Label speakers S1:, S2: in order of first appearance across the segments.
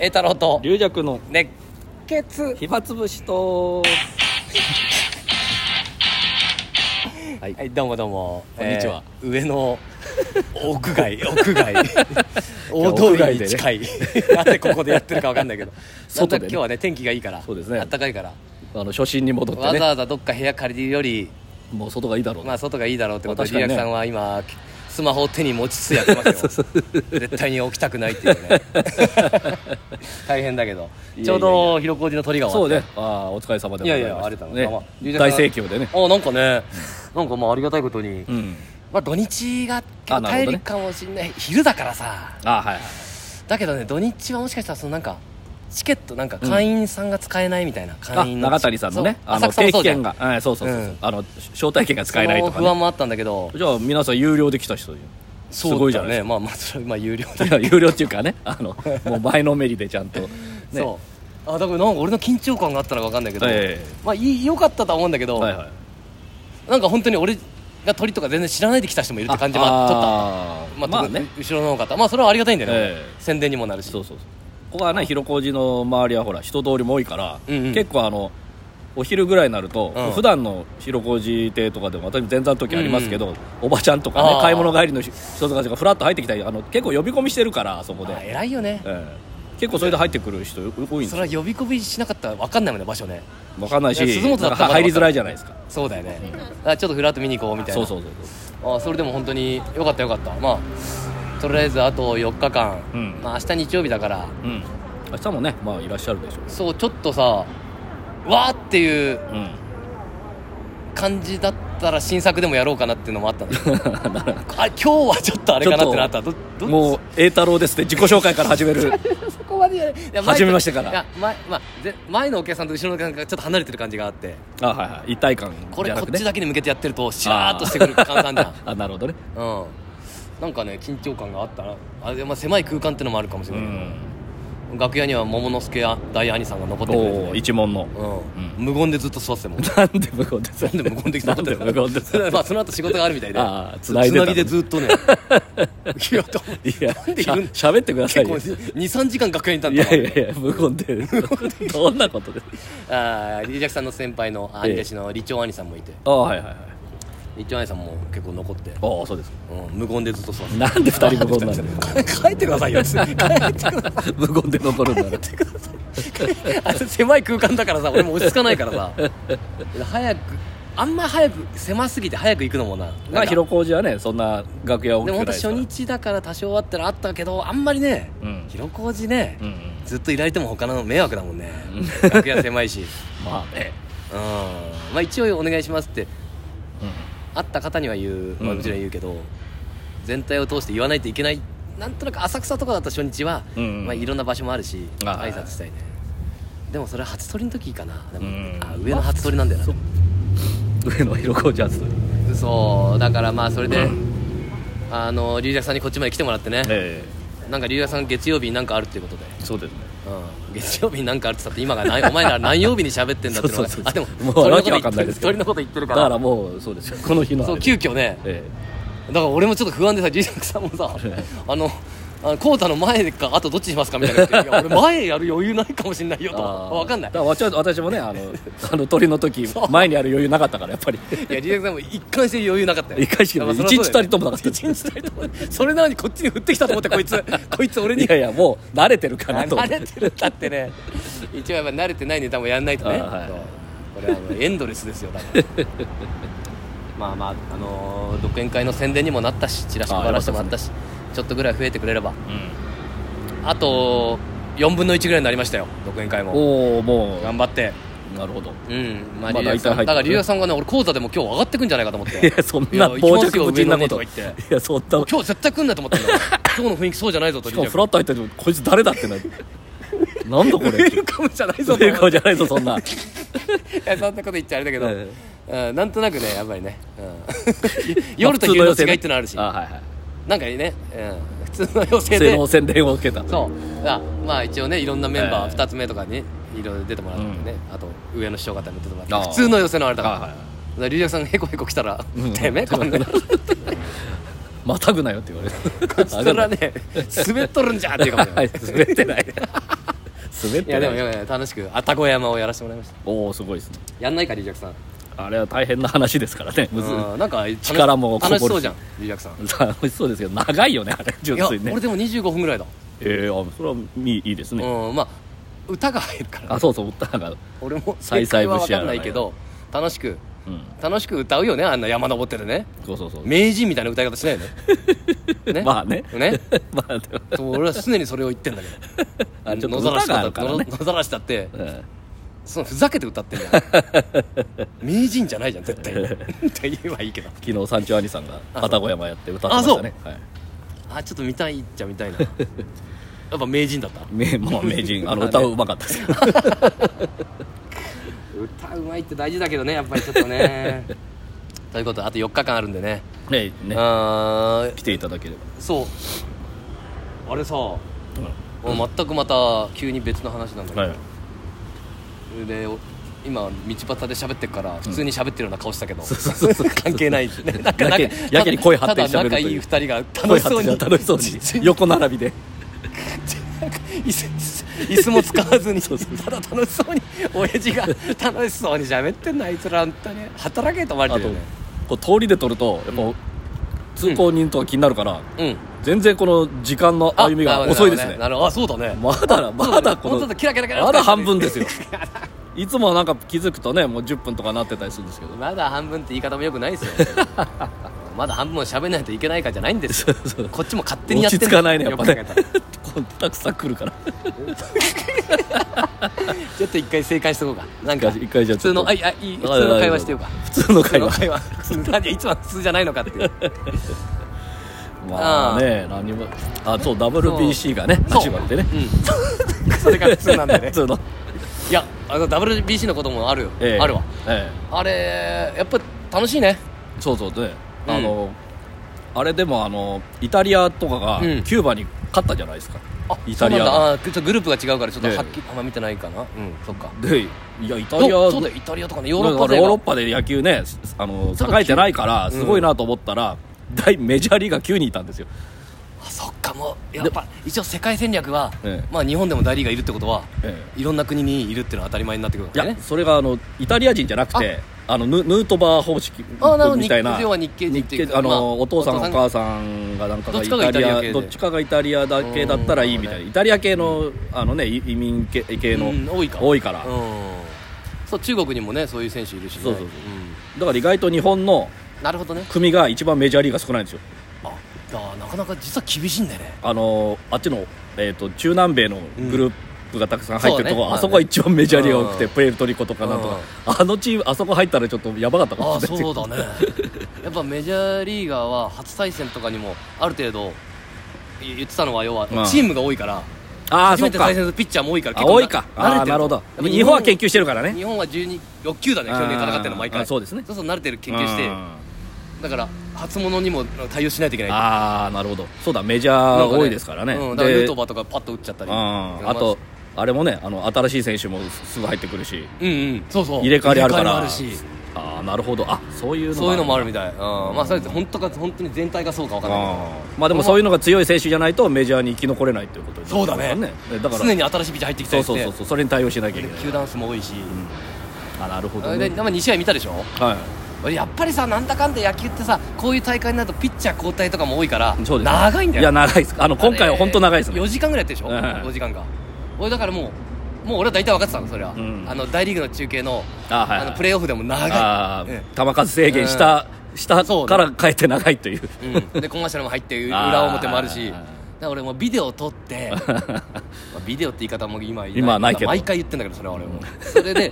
S1: 栄太郎と
S2: 龍尺の
S1: 熱血
S2: 暇つぶしとはい
S1: はいどうもどうも
S2: こんにちは、
S1: えー上の屋 外屋外大通りに近い なんでここでやってるかわかんないけど
S2: 外
S1: な
S2: でね
S1: んだ今日はね天気がいいから
S2: そうですね
S1: 暖かいから
S2: あの初心に戻って
S1: わざ
S2: ね
S1: わざどっか部屋借りるより、
S2: もう外がいいだろう
S1: まあ、外がいいだろうってことで、
S2: まあ確かに
S1: リ
S2: ね
S1: アクさんは今スマホを手に持ちつつやってますよ絶対に起きたくないっていう ね大変だけど
S2: いやいやいや
S1: ちょうど広小路の鳥が終わっ
S2: そう
S1: て
S2: ねああお疲れ様で
S1: い
S2: ご
S1: や
S2: ざい
S1: い
S2: ま
S1: やあれだ
S2: し
S1: な
S2: た
S1: まあ龍
S2: ね
S1: 尺さん
S2: 大盛況でね
S1: あなんかねなんかまあありがたいことに、
S2: うん
S1: まあ、土日が
S2: あな
S1: 頼
S2: るほどね
S1: りかもしれない昼だからさ
S2: ああはいはい
S1: だけどね土日はもしかしたらそのなんかチケットなんか会員さんが使えないみたいな、
S2: あ
S1: 会員の
S2: 中谷さんの
S1: そ
S2: ね
S1: う
S2: あ
S1: 浅
S2: の
S1: 草も
S2: 定
S1: そう
S2: 期
S1: じゃん
S2: 券がはいそうそうそう
S1: う
S2: そうんあの招待券が使えないと
S1: その不
S2: か
S1: 安
S2: ね
S1: もあったんだけど
S2: じゃあ皆さん有料で来た人じゃんすごいじゃないです
S1: そうだねまあまあそれはまあ有料で、
S2: か有料っていうかね あのもう前のめりでちゃんとね
S1: そうあだからなんか俺の緊張感があったのか分かんないけど、
S2: え
S1: まあいい良かったとは思うんだけど、
S2: はいはい
S1: なんか本当に俺が鳥とか全然知らないで来た人もいるって感じもあっちょっと
S2: ああ
S1: まあ、
S2: まあ
S1: 特に
S2: ね
S1: 後ろの方まあそれはありがたいんだよね、
S2: え
S1: 宣伝にもなるし
S2: そうそうそうここはね広小路の周りはほら人通りも多いから、
S1: うんうん
S2: 結構あのお昼ぐらいになると、
S1: うん
S2: 普段の広小路亭とかでも私前座の時ありますけど、おばちゃんとか
S1: あ
S2: ね
S1: ー
S2: 買い物帰りの人たちがふらっと入ってきたりあの結構呼び込みしてるからあそこで、
S1: あ偉いよね
S2: ええ結構それで入ってくる人多いんです
S1: それ
S2: よ
S1: は呼び込みしなかったら分かんないもんね場所ね
S2: 分かんないし
S1: いや鈴本だったら
S2: なんか入りづらいじゃないですか
S1: そうだよね、あちょっとフラット見に行こうみたいな
S2: そうそうそう
S1: あそれでも本当によかったよかったまあとりあえずあと4日間、
S2: うん
S1: まあ明日日曜日だから
S2: そううん明日もねまあいらっしゃるでしょう
S1: そうちょっとさわーっていう
S2: うん
S1: 感じだったら新作でもやろうかなっていうのもあったんだよ
S2: なるほ
S1: あ今日はちょっとあれかなってなったど
S2: ど
S1: ど
S2: もう栄太郎ですって自己紹介から始 める
S1: そこまでやれいや前
S2: 初めましてから
S1: いや前,、まあ、ぜ前のお客さんと後ろのお客さんがちょっと離れてる感じがあって
S2: あはいはい一体感
S1: こ
S2: じ
S1: れ
S2: ゃ
S1: こっ
S2: なくね
S1: ちだけに向けてやってるとシャーっとしてくる感じなんだ
S2: あなるほどね
S1: うんなんかね緊張感があったなあで、まあ、狭い空間ってのもあるかもしれないけど、楽屋には桃之助や大兄さんが残ってくれて
S2: おお
S1: て、
S2: 一門の
S1: うん無言でずっと座ってたもん
S2: なんで無言です
S1: なんで無言で来た
S2: なんで無言です
S1: まあその後仕事があるみたいで
S2: ああ繋いでた
S1: つ
S2: の
S1: なぎでずっ とねいやと
S2: いや
S1: なんでいるん
S2: しゃ喋ってくださ
S1: 結構
S2: いよ
S1: 23時間楽屋にいたん
S2: い
S1: だ
S2: やいやいや無言でどんなことです
S1: ああリージャクさんの先輩のあ
S2: ええ
S1: 兄弟子の李長兄さんもいて
S2: ああはいはいはい
S1: 李長兄さんも結構残って、
S2: ああそうです
S1: うん、無言でずっと座ってた
S2: なんで二人無言なんだよ
S1: 帰ってくださいよつって帰ってください
S2: 無言で残るんだね
S1: あれ狭い空間だからさ俺も落ち着かないからさ早くあんま早く狭すぎて早く行くのもな
S2: ま
S1: なん
S2: あ
S1: か
S2: 広小路はねそんな楽屋大き
S1: で
S2: く
S1: も
S2: な
S1: 本
S2: い
S1: 当
S2: です
S1: 初
S2: から
S1: 日だから多少あったらあったけどあんまりね、
S2: うん
S1: 広小路ね、
S2: うんうん
S1: ずっといられても他の迷惑だもんね楽屋狭いし
S2: まあね
S1: うんまあ一応お願いしますって会った方には言う、まあ、
S2: うん
S1: もちろん言うけど、全体を通して言わないといけないなんとなく浅草とかだった初日は、
S2: うんうん
S1: まあ、いろんな場所もあるし
S2: あー
S1: 挨拶したいねでもそれ初鳥の時かなでも、
S2: うん
S1: あ上の初鳥なんだよな、
S2: そ上の広小路はず
S1: そうだからまあそれで、あの龍尺さんにこっちまで来てもらってね、
S2: え
S1: なんか龍尺さん月曜日になんかあるっていうことで、
S2: えそうですね
S1: うん、月曜日になんかあるって言ったって今がないお前ら何曜日に喋ってんだってのが
S2: そうそうそう
S1: あでも
S2: もう
S1: 鳥のこ
S2: わ
S1: と
S2: け
S1: 言
S2: わか
S1: っ
S2: ん
S1: て
S2: な
S1: る
S2: いですけど
S1: 鳥のこと言ってる
S2: だ
S1: か
S2: かららもうそうですよこの日のあれ
S1: そう
S2: で
S1: 急遽ね
S2: ええ
S1: だから俺もちょっと不安でさ龍尺さんもさあのあのコータの前かあとどっちにしますかみたいなこと言ってい や俺前やる余裕ないかもしれないよと
S2: あー
S1: わかんない
S2: だから私は私もね あのあの鳥の時
S1: そう
S2: 前にある余裕なかったからやっ ぱり
S1: いや龍尺さんも一貫して余裕なかったよ
S2: 一回しか
S1: や
S2: な
S1: っ
S2: い
S1: ぱ
S2: 一
S1: そりゃ
S2: 日
S1: そう
S2: た
S1: だよ
S2: りともなかった
S1: 一日たりともそれなのにこっちに振ってきたと思ってこいつ こいつ俺に
S2: いやいやもう慣れてるかなと思っ
S1: 慣
S2: て
S1: れてるんだってね一応やっぱ慣れてないネタもやんないとね、
S2: あはい
S1: そうこれはもうエンドレスですよだから まあまああのー独演会の宣伝にもなったしチラシ配らせてもらったしちょっとぐらい増えてくれればあと4分の1ぐらいになりましたよ独演会も
S2: おおも
S1: 頑張って
S2: うなるほど
S1: うんまあ
S2: まあ
S1: 竜也さん
S2: 大体入ってる
S1: だ
S2: ね
S1: から竜也さんがね俺講座でも今日上がってくんじゃないかと思っ
S2: い
S1: て
S2: やそん
S1: いや
S2: な
S1: 行き
S2: 傍
S1: ます
S2: 若
S1: よ
S2: 無人なこと
S1: 上
S2: い
S1: のねとか言って
S2: やそんなし
S1: 今日絶対来んなと思 ったんだから今日の雰囲気そうじゃないぞと
S2: かもフラット入ってるとこいつ誰だってな るなんだこれ
S1: ウェルカムじゃないぞ
S2: そう
S1: と
S2: い
S1: 思
S2: う
S1: って
S2: 顔じゃないぞそんない
S1: やそんなこと言っちゃあれだけど、
S2: え
S1: うん、なんとなくねやっぱりね、 うん、 夜と昼の違いってのあるし、
S2: あはいはい
S1: なんかね、うん、普通の予
S2: 普
S1: 選
S2: 通
S1: で
S2: の宣伝を受けた
S1: そうあまあ一応ねいろんなメンバ
S2: え
S1: ー
S2: え
S1: 2つ目とかにいろいろ出てもらってね、あと上の師匠方にも出てもらっ
S2: ああ
S1: て普通の寄せのあれだか
S2: は
S1: ら
S2: いはい
S1: だから龍尺さんがへこへこ来たら「てめえこんなの
S2: またぐなよって言われる
S1: そしたらね滑っとるんじゃっていうかもしれな
S2: はいい滑ってない滑っ
S1: いやで
S2: てな
S1: もい
S2: い
S1: やいや楽しく愛宕山をやらせてもらいました
S2: おおすごいですね
S1: やんないかリージャクさん
S2: あれは大変な話ですからねむず
S1: うんなんか楽し
S2: 力もこぼれ
S1: 楽
S2: る
S1: しそうじゃんリージャクさん
S2: 楽しそうですけど長いよねあれ純
S1: いや
S2: 粋にね
S1: 俺でも25分ぐらいだ
S2: ええあそれはいいいいですね、
S1: うんまあ歌が入るから
S2: あそうそう歌が
S1: 俺も
S2: 再
S1: 正
S2: 々
S1: 解
S2: 節やら
S1: は
S2: ない
S1: 分かんないけど楽しく
S2: うん
S1: 楽しく歌うよねあんな山登ってるね
S2: そうそうそう
S1: 名人みたいな歌い方しないよ ねね
S2: まあね
S1: ね
S2: まあでも
S1: そう俺は常にそれを言ってんだけ
S2: あちょ
S1: ど野
S2: っと
S1: ざら
S2: 歌
S1: し
S2: があ
S1: だ
S2: る
S1: っ
S2: か
S1: た
S2: らね
S1: 野ざらしだって
S2: うん
S1: そのふざけて歌ってんじ ゃん名人じゃないじゃん絶 対って言えばいいけど
S2: 昨日山頂兄さんが
S1: あそう
S2: 愛宕山やって歌ってましたねはい
S1: あちょっと見たいっちゃ見たいなやっぱ名人だった
S2: 名まあ名 人あの歌うまかったですけど
S1: 歌うまいって大事だけどねやっぱりちょっとね ということであと4日間あるんでね
S2: ねね
S1: あー
S2: 来ていただければ
S1: そうあれさも
S2: う
S1: う全くまた急に別の話なんだけど、
S2: んはい
S1: でお今道端で喋ってるから普通に喋ってるような顔したけど、
S2: そうそ う
S1: 関係ないねなんか
S2: やけやけに声張って
S1: ただ
S2: 喋ると
S1: 仲
S2: いう
S1: いい二人が楽しそうに
S2: 楽しそうに横並びで
S1: 椅子椅子も使わず にただ楽しそうに親父が楽しそうに喋ってんのあいつらあんたね働けと思われ
S2: あ
S1: てる
S2: と
S1: よね
S2: こう通りで撮るとやっぱ通行人とか気になるから
S1: うん
S2: 全然この時間の
S1: あ
S2: 歩みが遅いですね
S1: なるほどあそうだね
S2: まだまだこ
S1: もうちょ
S2: の
S1: っとキラキラキラ
S2: まだ半分ですよいつもはなんか気づくとねもう10分とかなってたりするんですけど
S1: まだ半分って言い方もよくないです よまだ半分を喋らないといけないかじゃないんですよこっちも勝手にや
S2: 落
S1: って
S2: ち
S1: んだ
S2: 着かないねやっぱね
S1: よく考えたら
S2: こうたくさん来るから
S1: ちょっと一回正解しとこうかなんか
S2: 一回一回じゃあ
S1: 普通のあいあいい普通の会話してようか
S2: 普通の
S1: 普通
S2: 会
S1: の
S2: 話
S1: 会話普通何一番普通じゃないのかって いう
S2: まあね何もあそう WBC がね
S1: そう
S2: 始まってね
S1: うんそれが普通なんでね
S2: 普通の
S1: いやあの WBC のこともあるよ、
S2: ええ
S1: あるわ
S2: え
S1: あれやっぱ楽しいね
S2: えそうそうで
S1: うん
S2: あのあれでもあのイタリアとかがキ
S1: うん
S2: ューバに勝ったじゃないですか
S1: あ
S2: イタリア
S1: そうなんだあーちょっとグループが違うからちょっと
S2: ええ
S1: はっきりあんま見てないかなうんそっか
S2: でいやイタ
S1: そう
S2: リア
S1: そうだよイタリアとかねヨ
S2: ヨ
S1: ー
S2: ー
S1: ロ
S2: ロ
S1: ッ
S2: ッ
S1: パ
S2: パ
S1: 勢
S2: ヨーロ
S1: が
S2: ッパで野球ねすあの栄えてないからすごいなと思ったら、大メジャーリーガー9人いたんですよ
S1: あそっかもうやっぱ一応世界戦略は、
S2: ええ
S1: まあ日本でも大リーがいるってことは、
S2: え
S1: いろんな国にいるっていうのは当たり前になってくるわ
S2: い
S1: け
S2: や、
S1: ね
S2: それがあのイタリア人じゃなくてあのヌヌートバー方式
S1: あなるほど
S2: みたいな
S1: 日要は日系人っていうか
S2: 日系あの、
S1: まあ
S2: お父さ
S1: お
S2: んお
S1: 父さん
S2: 母さんがなんかが
S1: どっちかがイタリア系で
S2: どっちかがイタリアだけだったらいいみたいな、イタリア系の,、あのねい移民系系の、
S1: うん多いから
S2: 多いから
S1: うんそう中国にもねそういう選手いるしね、
S2: そうそうそうんだから意外と日本の
S1: なるほどね
S2: 組が一番メジャーリーガー少ないんですよ
S1: あだからなかなか実は厳しいんだ よね
S2: あのあっちの、えー、と中南米のグループがたくさん入ってるとこ、
S1: うんそうだね
S2: あそこが一番メジャーリーガーが多くて、
S1: うん
S2: プエルトリコとかなんとか、あのチームあそこ入ったらちょっとやばかったか
S1: あ
S2: も
S1: あ
S2: しれない
S1: そうだ ねやっぱメジャーリーガーは初対戦とかにもある程度い言ってたのは要は
S2: うん
S1: チームが多いから、
S2: ああ
S1: 初
S2: そ
S1: め
S2: ってか
S1: 対戦するピッチャーも多いから
S2: あ多いか
S1: な慣れて
S2: あー
S1: る
S2: なるほど
S1: やっぱ
S2: 日本は研究してるからね
S1: 日本は12 6球だね去年戦ってるの毎
S2: あ
S1: 回
S2: ーそうですね
S1: そうそう慣れてる研究して
S2: うん
S1: だから初物にも対応しないといけない
S2: ああなるほどそうだメジャー
S1: なんね
S2: 多いですからね
S1: うん、だからヌート
S2: で
S1: バーとかパッと打っちゃったり
S2: うんあとあれもねあの新しい選手もすぐ入ってくるし
S1: うんうんそうそう
S2: 入れ替わりあるか
S1: 入れ替わりも
S2: ら
S1: あるし
S2: ああなるほどあそういうの
S1: そういうのもあるみ
S2: たい
S1: たい、うんまあそれって本当か本当に全体がそうかわかんないけど
S2: あーまあでもそういうのが強い選手じゃないとメジャーに生き残れないっていうことです
S1: そうだね
S2: だから
S1: 常に新しいピッチャー入ってきた
S2: そ
S1: り
S2: う
S1: して
S2: そうそうそうそれに対応しなきゃいけ
S1: で
S2: ない
S1: 球団数も多いし、
S2: あなるほど
S1: で
S2: ね
S1: なんか2試合見たでしょ
S2: は
S1: 俺やっぱりさなんだかんだ野球ってさこういう大会になるとピッチャー交代とかも多いから
S2: いそうです
S1: 長いんだよ
S2: いや長いですあの今回は本当長いですね
S1: 4時間ぐらいやってるでしょ、
S2: うん
S1: 4時間か俺だからもうもう俺は大体分かってたのそれは、
S2: ん
S1: あの大リーグの中継の
S2: あはい
S1: あのプレーオフでも長い
S2: あ
S1: え
S2: ー球数制限したした
S1: そう
S2: か
S1: だ
S2: ら変えて長いという
S1: えうんでコマーシャルも入って
S2: あー
S1: 裏表もあるしだ
S2: あー
S1: から俺もうビデオ撮って まあビデオって言い方も今い
S2: 今はないけど
S1: 毎回言ってんだけどそれは俺も、それで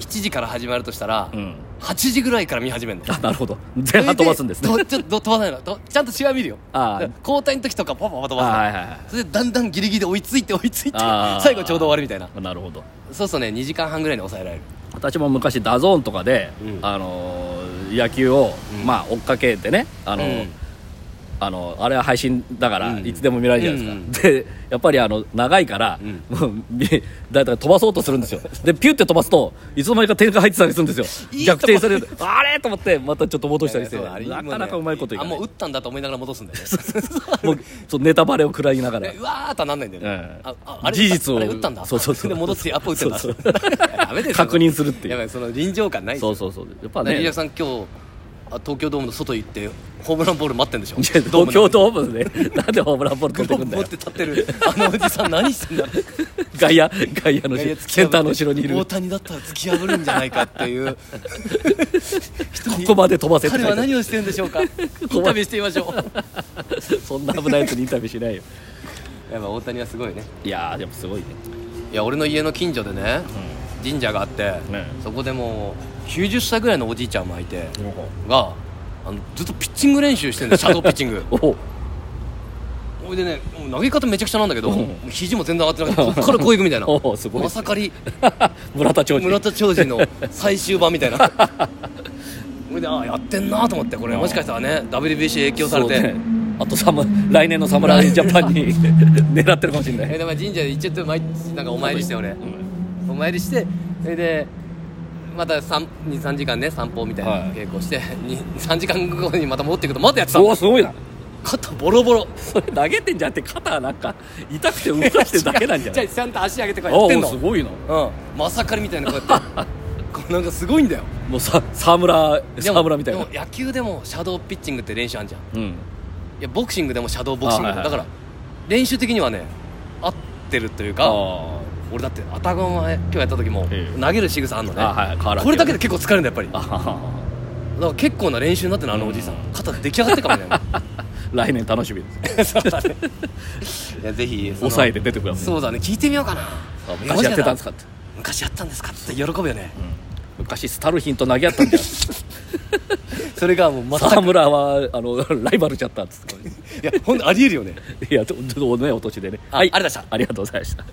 S1: 7時から始まるとしたら、
S2: うん
S1: 8時ぐらいから見始めるんだよ
S2: あなるほど前半飛ばすんですね
S1: それでとちょっと飛ばさないのとちゃんと試合見るよ
S2: あー
S1: 交代の時とかパパパ飛ばすの
S2: あはいはいは
S1: それでだんだんギリギリで追いついて追いついて
S2: あー
S1: 最後ちょうど終わるみたいない
S2: なるほど
S1: そうそうね2時間半ぐらいに抑えられる
S2: 私も昔ダゾーンとかで、
S1: うん
S2: あのー野球を、
S1: うん
S2: まあ追っかけてねあのー、
S1: うん
S2: あのあれは配信だから
S1: うん
S2: いつでも見られるじゃないですか、でやっぱりあの長いから、
S1: う
S2: もうみだいたい飛ばそうとするんですよでピュって飛ばすといつの間にか点が入ってたりするんですよ
S1: いいと
S2: 逆
S1: こ
S2: 転されるあれと思ってまたちょっと戻したりして
S1: そうだあれ
S2: なかなかうまいこといかな
S1: あ
S2: い
S1: もう打ったんだと思いながら戻すんだよね
S2: もうそうネタバレを食らいながら
S1: でうわーっとはなんないんだよね、
S2: うん
S1: あああれ
S2: 事実を
S1: あれ打ったんだ
S2: そうそうそう
S1: で戻ってアップ打ってんだ
S2: そう そ
S1: ダメですよ
S2: 確認するっていう
S1: やばいその臨場感ない
S2: そううそうそうやっぱ
S1: ね
S2: ね
S1: リリアさん今日あ東京ドームの外行ってホームランボール待ってんでしょ
S2: いや東京ドームでなんでホームランボール飛
S1: グ
S2: んで
S1: ローブ
S2: くんだ
S1: 持っ
S2: よ
S1: て立ってるあのおじさん何してん だ
S2: 外野外野のしセンターの後ろにいる
S1: 大
S2: こ
S1: 谷だったら突き破るんじゃないかっていう 人に
S2: こまで飛ばせって
S1: 彼
S2: 書い
S1: は
S2: てある
S1: 何をしてるんでしょうかインタビューしてみましょう
S2: そんな危ないやつにインタビューしないよ
S1: やっぱ大谷はすごいね
S2: いやーでもすごいね
S1: いや俺の家の近所でね、神社があって、
S2: ね
S1: そこでもう90歳ぐらいのおじいちゃんもいてがあのずっとピッチング練習してるん だよシャドーピッチング
S2: おお
S1: ほいでねもう投げ方めちゃくちゃなんだけど、
S2: うん
S1: もう肘も全然上がってなくてこっからこういくみたいな
S2: おうすごい
S1: まさかり
S2: 村田長司
S1: 村田兆治の最終版み たいなほいでああやってんなと思ってこれもしかしたらね WBC 影響されて、
S2: そうねあとサム来年の侍ジャパン に狙ってるかもしれな
S1: え
S2: い
S1: でまあ神社で一応毎日なんかお参りして俺、
S2: うん
S1: お参りしてそれでまた23時間ね散歩みたい
S2: はい
S1: な稽古をして、 に3時間後にまた戻ってくるとまたやってた
S2: おおすごいな
S1: 肩ボロ ボロ
S2: それ投げてんじゃなくて肩なんか痛くて動かしてるだけなん じゃない
S1: ちゃんと足上げてこうや
S2: お
S1: っ
S2: お
S1: てん
S2: す
S1: の
S2: ごいな
S1: うんまさかりみたいなこうや ってこうなんかすごいんだよ
S2: もうさ沢村沢村みたいな
S1: でも野球でもシャドーピッチングって練習あんじゃんい
S2: うん
S1: やボクシングでもシャドーボクシング、
S2: あはいはい
S1: だから練習的にはね合ってるというか
S2: あ
S1: 俺だってアタゴンは今日やった時も
S2: ええ
S1: 投げる仕草あんのね、
S2: あはい変わらず
S1: これだけで結構疲れるんだやっぱり
S2: あはは
S1: だから結構な練習になってるのあのおじいさん、肩出来上がってるかもね
S2: 来年楽しみです
S1: いやぜひその
S2: 抑えて出てください
S1: そうだね聞いてみようかな
S2: 昔やってたんです
S1: か
S2: かって
S1: 昔やったんですかって喜ぶよね、
S2: 昔スタルヒンと投げ合ったん だよ
S1: それがもうま
S2: 沢村はあのライバルちゃったっつっ
S1: いやほんとありえるよね
S2: ていやちょっとねお年でね
S1: あありがとうございました
S2: ありがとうございました